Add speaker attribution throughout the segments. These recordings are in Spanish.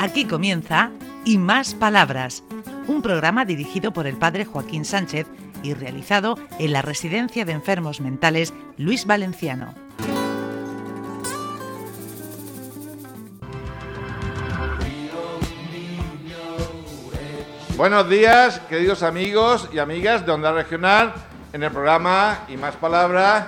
Speaker 1: Aquí comienza Y Más Palabras, un programa dirigido por el padre Joaquín Sánchez y realizado en la Residencia de Enfermos Mentales Luis Valenciano.
Speaker 2: Buenos días, queridos amigos y amigas de Onda Regional, en el programa y más palabras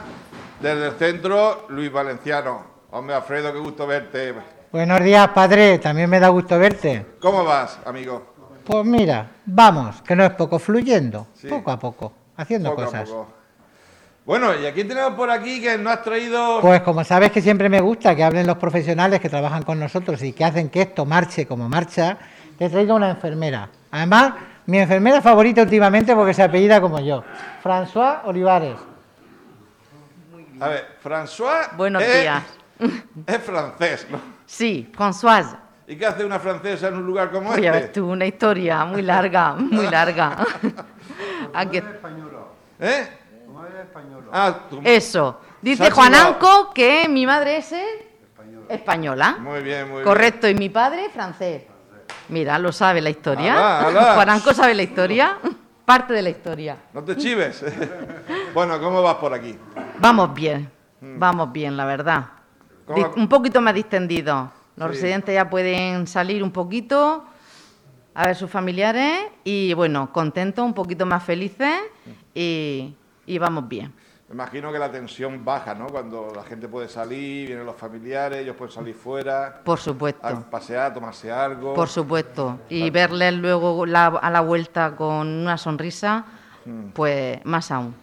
Speaker 2: desde el centro Luis Valenciano. Hombre, Alfredo, qué gusto verte.
Speaker 3: Buenos días, padre. También me da gusto verte.
Speaker 2: ¿Cómo vas, amigo?
Speaker 3: Pues mira, vamos, que no es poco, fluyendo,
Speaker 2: Sí.
Speaker 3: poco a poco, haciendo
Speaker 2: Poco a
Speaker 3: cosas.
Speaker 2: poco. Bueno, y aquí tenemos por aquí que nos has traído.
Speaker 3: Pues como sabes que siempre me gusta que hablen los profesionales que trabajan con nosotros y que hacen que esto marche como marcha, te traigo una enfermera. Además, mi enfermera favorita últimamente porque se apellida como yo, François Olivares.
Speaker 2: A ver, François.
Speaker 4: Buenos
Speaker 2: es-
Speaker 4: días.
Speaker 2: Es francés, ¿no?
Speaker 4: Sí, Françoise.
Speaker 2: ¿Y qué hace una francesa en un lugar como
Speaker 4: Pues ya ves
Speaker 2: este?
Speaker 4: tú, una historia muy larga, muy larga. Aquí-
Speaker 2: ¿Eh? Ah, tu-
Speaker 4: Eso.
Speaker 2: Se
Speaker 4: Dice
Speaker 2: ha chivado.
Speaker 4: Juananco que mi madre es eh, española.
Speaker 2: Muy bien, muy bien.
Speaker 4: Correcto, y mi padre francés. Mira, lo sabe la historia.
Speaker 2: Alá, alá.
Speaker 4: Juananco sabe la historia, parte de la historia.
Speaker 2: No te chives. bueno, ¿cómo vas por aquí?
Speaker 4: Vamos bien, vamos bien, la verdad.
Speaker 2: Mm. ¿Cómo
Speaker 4: Di-
Speaker 2: va?
Speaker 4: Un poquito más distendido. Los
Speaker 2: Sí.
Speaker 4: residentes ya pueden salir un poquito a ver sus familiares y, bueno, contentos, un poquito más felices y, y vamos bien.
Speaker 2: Me imagino que la tensión baja, ¿no? Cuando la gente puede salir, vienen los familiares, ellos pueden salir fuera,
Speaker 4: Por
Speaker 2: a
Speaker 4: supuesto,
Speaker 2: pasear, tomarse algo.
Speaker 4: por supuesto.
Speaker 2: Ah.
Speaker 4: Y verles luego la- a la vuelta con una sonrisa,
Speaker 2: Mm.
Speaker 4: pues más aún.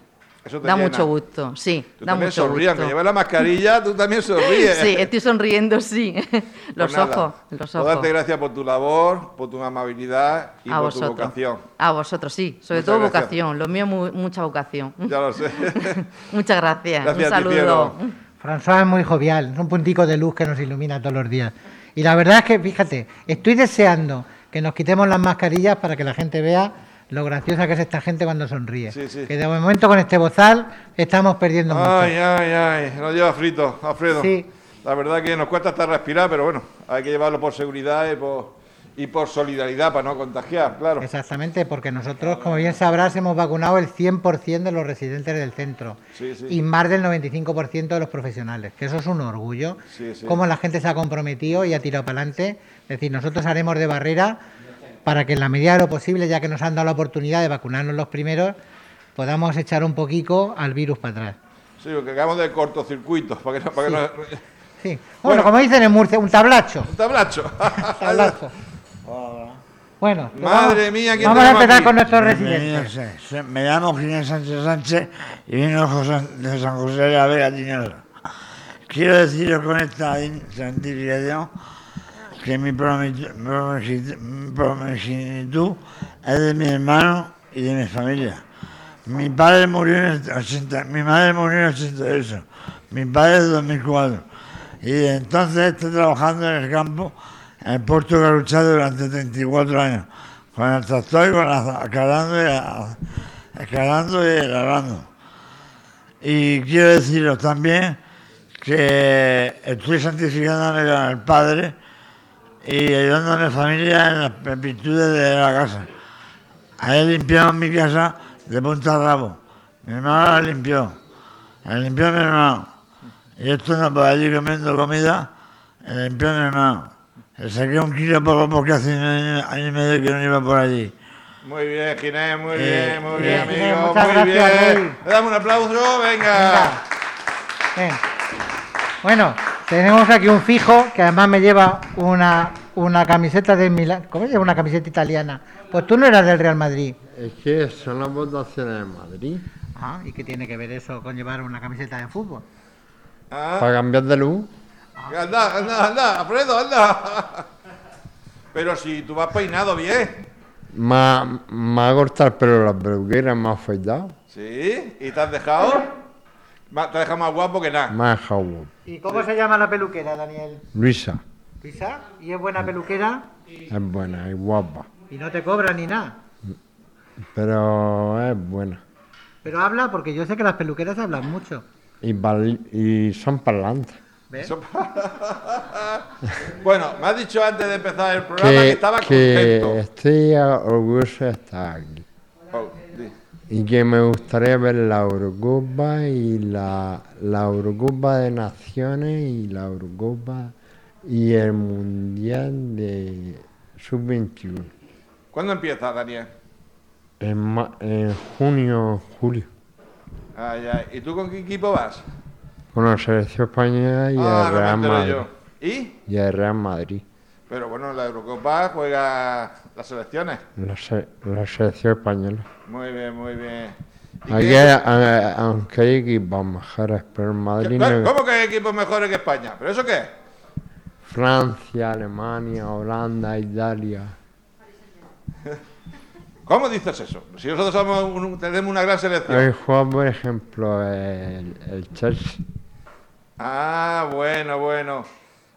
Speaker 2: Eso te
Speaker 4: Da
Speaker 2: llena.
Speaker 4: mucho gusto, sí,
Speaker 2: Tú
Speaker 4: da
Speaker 2: también
Speaker 4: mucho
Speaker 2: sonríes, aunque
Speaker 4: gusto.
Speaker 2: lleves la mascarilla, tú también sonríes.
Speaker 4: Sí, estoy sonriendo, sí.
Speaker 2: Pues
Speaker 4: Los
Speaker 2: nada,
Speaker 4: ojos, los
Speaker 2: pues darte
Speaker 4: ojos.
Speaker 2: gracias por tu labor, por tu amabilidad y
Speaker 4: a
Speaker 2: por
Speaker 4: vosotros.
Speaker 2: tu vocación.
Speaker 4: A vosotros, sí. Sobre
Speaker 2: Muchas
Speaker 4: todo
Speaker 2: gracias.
Speaker 4: vocación. Lo mío, mu- mucha vocación.
Speaker 2: Ya lo sé.
Speaker 4: Muchas gracias.
Speaker 2: Gracias,
Speaker 4: Un saludo.
Speaker 2: Tiziano.
Speaker 3: François es muy jovial, es un puntico de luz que nos ilumina todos los días. Y la verdad es que, fíjate, estoy deseando que nos quitemos las mascarillas para que la gente vea lo graciosa que es esta gente cuando sonríe.
Speaker 2: Sí, sí.
Speaker 3: Que de momento con este bozal estamos perdiendo
Speaker 2: ay,
Speaker 3: mucho.
Speaker 2: ay, ay. Nos lleva frito, Alfredo.
Speaker 3: Sí.
Speaker 2: La verdad que nos cuesta hasta respirar, pero bueno, hay que llevarlo por seguridad y por, y por solidaridad para no contagiar, claro.
Speaker 3: Exactamente, porque nosotros, como bien sabrás, hemos vacunado el 100% de los residentes del centro
Speaker 2: Sí, sí.
Speaker 3: y más del 95% de los profesionales, que eso es un orgullo.
Speaker 2: Sí, sí.
Speaker 3: Cómo la gente se ha comprometido y ha tirado para adelante. Es decir, nosotros haremos de barrera para que en la medida de lo posible, ya que nos han dado la oportunidad de vacunarnos los primeros, podamos echar un poquito al virus para atrás.
Speaker 2: Sí, lo que acabamos de cortocircuitos, para que no... Para que no-
Speaker 3: Sí. Bueno,
Speaker 2: Bueno.
Speaker 3: como dicen en Murcia, un tablacho.
Speaker 2: Un tablacho.
Speaker 3: tablazo. Bueno, pues
Speaker 2: Madre
Speaker 3: vamos-
Speaker 2: mía, ¿quién
Speaker 3: vamos a
Speaker 2: tenemos
Speaker 3: empezar
Speaker 2: aquí?
Speaker 3: con nuestros residentes.
Speaker 5: Bienvenidos, eh. Soy- Me llamo Ginés Sánchez Sánchez y vino José- de San José de la Vega Tineo. Quiero deciros con esta in- santificación que mi promit- promexit- promexitud es de mi hermano y de mi familia. Mi padre murió en el 80, mi madre murió en el 88, mi padre en el 2004. Y desde entonces estoy trabajando en el campo, en el puerto de Caruchá durante 34 años, con el tractor y con la, escalando y, la- escalando y labrando. Y quiero deciros también que estoy santificándome con el Padre y ayudando a mi familia en las virtudes de la casa. Ayer limpiaron mi casa de punta a rabo. Mi hermano la limpió. La limpió mi hermano. Y esto no para allí comiendo comida. La limpió mi hermano. Le saqué un kilo por lo porque hace un año año y medio que no iba por allí.
Speaker 2: Muy bien, Ginés, muy
Speaker 5: Eh,
Speaker 2: bien, muy bien,
Speaker 3: bien, Ginés,
Speaker 2: amigo.
Speaker 3: muchas
Speaker 2: muy
Speaker 3: gracias,
Speaker 2: bien. Le damos un aplauso, venga.
Speaker 3: Bien. Bueno, tenemos aquí un fijo que además me lleva una, una camiseta de Milán. ¿Cómo lleva una camiseta italiana? Pues tú no eras del Real Madrid.
Speaker 6: Es que son las votaciones en Madrid.
Speaker 3: Ah, ¿y qué tiene que ver eso con llevar una camiseta de fútbol?
Speaker 2: Ah,
Speaker 6: Para cambiar de luz.
Speaker 2: anda, anda, anda, Alfredo, anda. Pero si tú vas peinado bien.
Speaker 6: Me ha, me ha cortado el pelo la peluquera, me ha afeitado.
Speaker 2: Sí, y te has dejado. ma- Te has dejado más guapo que nada.
Speaker 6: Me ha dejado guapo.
Speaker 3: ¿Y cómo se llama la peluquera, Daniel?
Speaker 6: Luisa
Speaker 3: ¿Luisa? ¿Y es buena peluquera?
Speaker 6: es buena, es guapa.
Speaker 3: Y no te cobra ni nada.
Speaker 6: Pero es buena.
Speaker 3: Pero habla porque yo sé que las peluqueras hablan mucho.
Speaker 6: Y, pal- y son parlantes.
Speaker 3: ¿Ves?
Speaker 2: Bueno, me has dicho antes de empezar el programa que,
Speaker 6: Que,
Speaker 2: estaba
Speaker 6: que
Speaker 2: contento.
Speaker 6: estoy orgulloso de estar aquí.
Speaker 2: Oh, di.
Speaker 6: Y que me gustaría ver la Eurocopa y la, la Eurocopa de Naciones y la Eurocopa y el Mundial de Sub-21.
Speaker 2: ¿Cuándo empieza, Daniel?
Speaker 6: En, ma- en junio, julio,
Speaker 2: Ay, ay. ¿Y tú con qué equipo vas?
Speaker 6: con la selección española y
Speaker 2: ah, no
Speaker 6: el
Speaker 2: me
Speaker 6: Real
Speaker 2: entero
Speaker 6: Madrid.
Speaker 2: yo. ¿Y?
Speaker 6: Y el Real Madrid.
Speaker 2: Pero bueno, en la Eurocopa juega las selecciones.
Speaker 6: La, se- la selección española.
Speaker 2: Muy bien, muy bien. ¿Y
Speaker 6: Aquí,
Speaker 2: qué-
Speaker 6: a- a- aunque hay equipos mejores, pero el Madrid no-
Speaker 2: ¿Cómo que hay equipos mejores que España? ¿Pero eso qué?
Speaker 6: Francia, Alemania, Holanda, Italia.
Speaker 2: ¿Cómo dices eso? Si nosotros somos un- tenemos una gran selección.
Speaker 6: Hoy juega, por ejemplo, el, el Chelsea.
Speaker 2: Ah, bueno, bueno.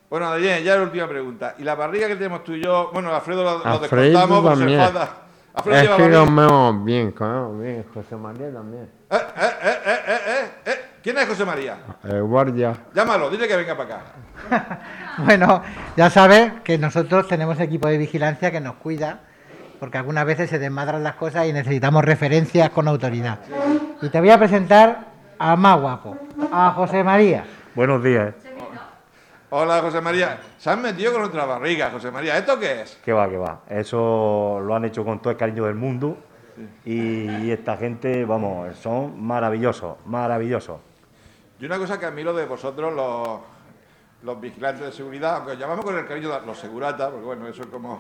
Speaker 2: Bueno, Daniel, ya la última pregunta. ¿Y la parrilla que tenemos tú y yo? Bueno, Alfredo lo, lo
Speaker 6: Alfredo
Speaker 2: descontamos porque se
Speaker 6: también.
Speaker 2: enfada. Alfredo
Speaker 6: Es
Speaker 2: Ah, lleva
Speaker 6: que
Speaker 2: barriga.
Speaker 6: comemos bien, comemos bien. José María también.
Speaker 2: Eh, eh, eh, eh, eh, eh, eh. ¿Quién es José María?
Speaker 6: El guardia.
Speaker 2: Llámalo, dile que venga para acá.
Speaker 3: Bueno, ya sabes que nosotros tenemos equipo de vigilancia que nos cuida, porque algunas veces se desmadran las cosas y necesitamos referencias con autoridad. Y te voy a presentar a más guapo, a José María.
Speaker 7: Buenos días.
Speaker 2: Hola, José María. Se han metido con nuestra barriga, José María. ¿Esto qué es?
Speaker 7: ¿Qué va, qué va? Eso lo han hecho con todo el cariño del mundo y, y esta gente, vamos, son maravillosos, maravillosos.
Speaker 2: Y una cosa que admiro de vosotros, los, los vigilantes de seguridad, aunque os llamamos con el cariño de los seguratas, porque bueno, eso es como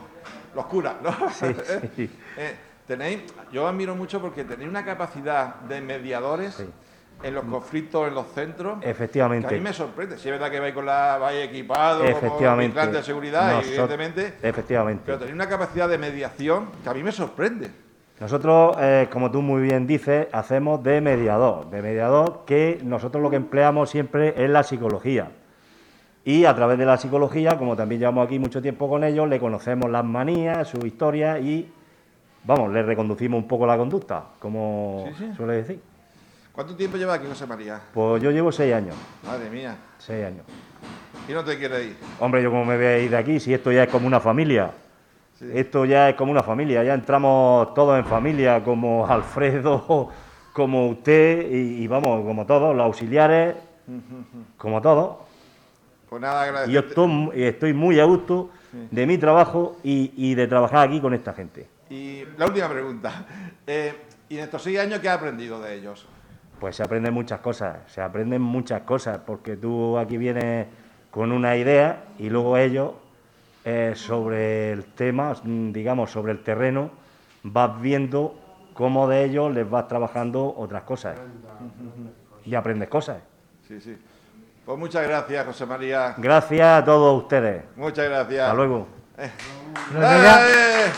Speaker 2: los curas, ¿no?
Speaker 7: sí.
Speaker 2: Eh, tenéis, yo admiro mucho porque tenéis una capacidad de mediadores en los conflictos, en los centros.
Speaker 7: Efectivamente.
Speaker 2: Que a mí me sorprende. Si es verdad que vais, con la, vais equipado como
Speaker 7: Efectivamente.
Speaker 2: vigilantes de seguridad,
Speaker 7: Nosot- eh.
Speaker 2: evidentemente,
Speaker 7: Efectivamente.
Speaker 2: pero tenéis una capacidad de mediación que a mí me sorprende.
Speaker 7: Nosotros, eh, como tú muy bien dices, hacemos de mediador, de mediador que nosotros lo que empleamos siempre es la psicología. Y a través de la psicología, como también llevamos aquí mucho tiempo con ellos, le conocemos las manías, su historia y, vamos, le reconducimos un poco la conducta, como
Speaker 2: Sí, sí.
Speaker 7: suele decir.
Speaker 2: ¿Cuánto tiempo lleva aquí, José María?
Speaker 7: Pues yo llevo seis años,
Speaker 2: Madre mía.
Speaker 7: seis años.
Speaker 2: Y no te quiere ir.
Speaker 7: Hombre, yo como me voy a ir de aquí, si esto ya es como una familia. Esto ya es como una familia, ya entramos todos en familia, como Alfredo, como usted, y, y vamos, como todos, los auxiliares, como todos.
Speaker 2: Pues nada,
Speaker 7: Y yo
Speaker 2: agradecerte.
Speaker 7: estoy, y estoy muy a gusto de mi trabajo y, y de trabajar aquí con esta gente.
Speaker 2: Y la última pregunta. Eh, ¿Y en estos seis años qué has aprendido de ellos?
Speaker 7: Pues se aprenden muchas cosas, se aprenden muchas cosas, porque tú aquí vienes con una idea y luego ellos, eh, sobre el tema, mm, digamos, sobre el terreno, vas viendo cómo de ellos les vas trabajando otras cosas. Y aprendes cosas.
Speaker 2: Sí, sí. Pues muchas gracias, José María.
Speaker 7: Gracias a todos ustedes.
Speaker 2: Muchas gracias.
Speaker 7: Hasta luego.
Speaker 3: Los de ya-
Speaker 2: ¡Eh!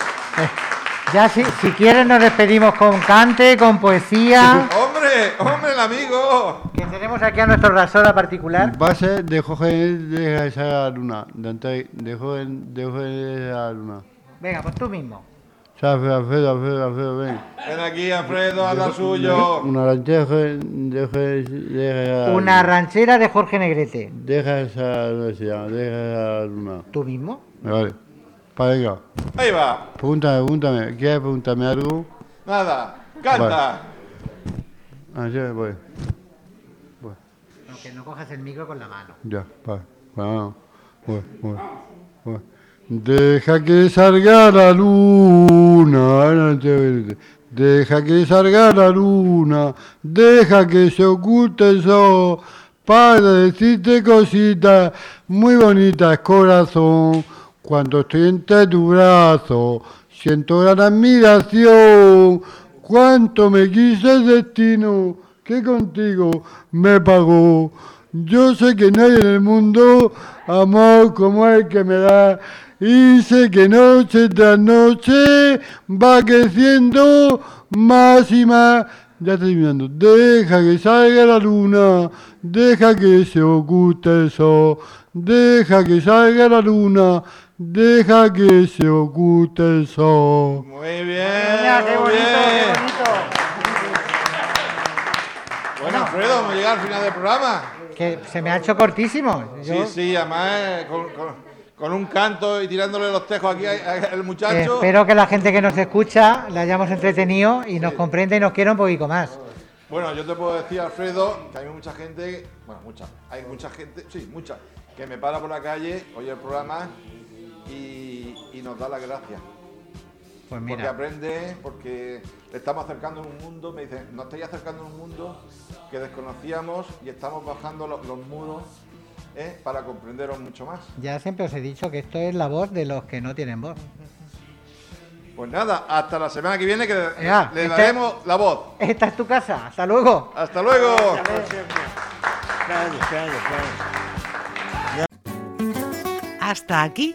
Speaker 3: Ya si, si quieres nos despedimos con cante, con poesía,
Speaker 2: ¡Hombre! ¡Hombre, el amigo!
Speaker 3: que tenemos aquí a nuestro Rasola particular.
Speaker 8: Base de Jorge de esa luna, de Ante- de Jorge de Jorge de esa luna.
Speaker 3: Venga, pues tú mismo.
Speaker 8: Sabe, Alfredo, Alfredo, Alfredo, ven.
Speaker 2: Ven aquí, Alfredo, habla suyo.
Speaker 8: Una ranchera de Jorge de esa
Speaker 3: Una ranchera de Jorge Negrete.
Speaker 8: Deja esa luna, se llama, deja esa luna.
Speaker 3: ¿Tú mismo?
Speaker 8: Vale. Para ello.
Speaker 2: Ahí va.
Speaker 8: Pregúntame, pregúntame. ¿Quieres preguntarme algo?
Speaker 2: Nada. Canta.
Speaker 8: Así Ah, voy.
Speaker 3: Aunque no cojas el micro con la mano.
Speaker 8: Ya, va, va, voy, voy, voy. Deja que salga la luna, no te olvides. deja que salga la luna, deja que se oculte el sol, para decirte cositas muy bonitas, corazón. Cuando estoy entre tu brazo, siento gran admiración. Cuánto me quise el destino que contigo me pagó. Yo sé que no hay en el mundo amor como el que me da. Y sé que noche tras noche va creciendo más y más. Ya estoy mirando. Deja que salga la luna, deja que se oculte el sol, deja que salga la luna, deja que se oculte el sol.
Speaker 2: Muy bien.
Speaker 3: Mira, qué
Speaker 2: muy
Speaker 3: bonito, qué
Speaker 2: bien.
Speaker 3: bonito.
Speaker 2: Bueno, Alfredo, hemos llegado al final del programa.
Speaker 3: que se me ha hecho cortísimo. Yo-
Speaker 2: Sí, sí, además eh, con, con- con un canto y tirándole los tejos aquí a- a- al muchacho.
Speaker 3: Espero que la gente que nos escucha la hayamos entretenido y nos comprenda y nos quiera un poquito más.
Speaker 2: Bueno, yo te puedo decir, Alfredo, que hay mucha gente, bueno, mucha, hay mucha gente, sí, mucha, que me para por la calle, oye el programa y, y nos da las gracias.
Speaker 3: Pues
Speaker 2: Porque
Speaker 3: mira,
Speaker 2: aprende, porque le estamos acercando a un mundo, me dicen, nos estáis acercando a un mundo que desconocíamos y estamos bajando los, los muros ¿eh? para comprenderos mucho más.
Speaker 3: ya siempre os he dicho que esto es la voz de los que no tienen voz.
Speaker 2: Pues nada, hasta la semana que viene que le-
Speaker 3: Ya,
Speaker 2: le
Speaker 3: este-
Speaker 2: daremos la voz.
Speaker 3: Esta es tu casa, hasta luego.
Speaker 2: ¡Hasta luego!
Speaker 5: Cállate, cállate, cállate.
Speaker 1: Hasta aquí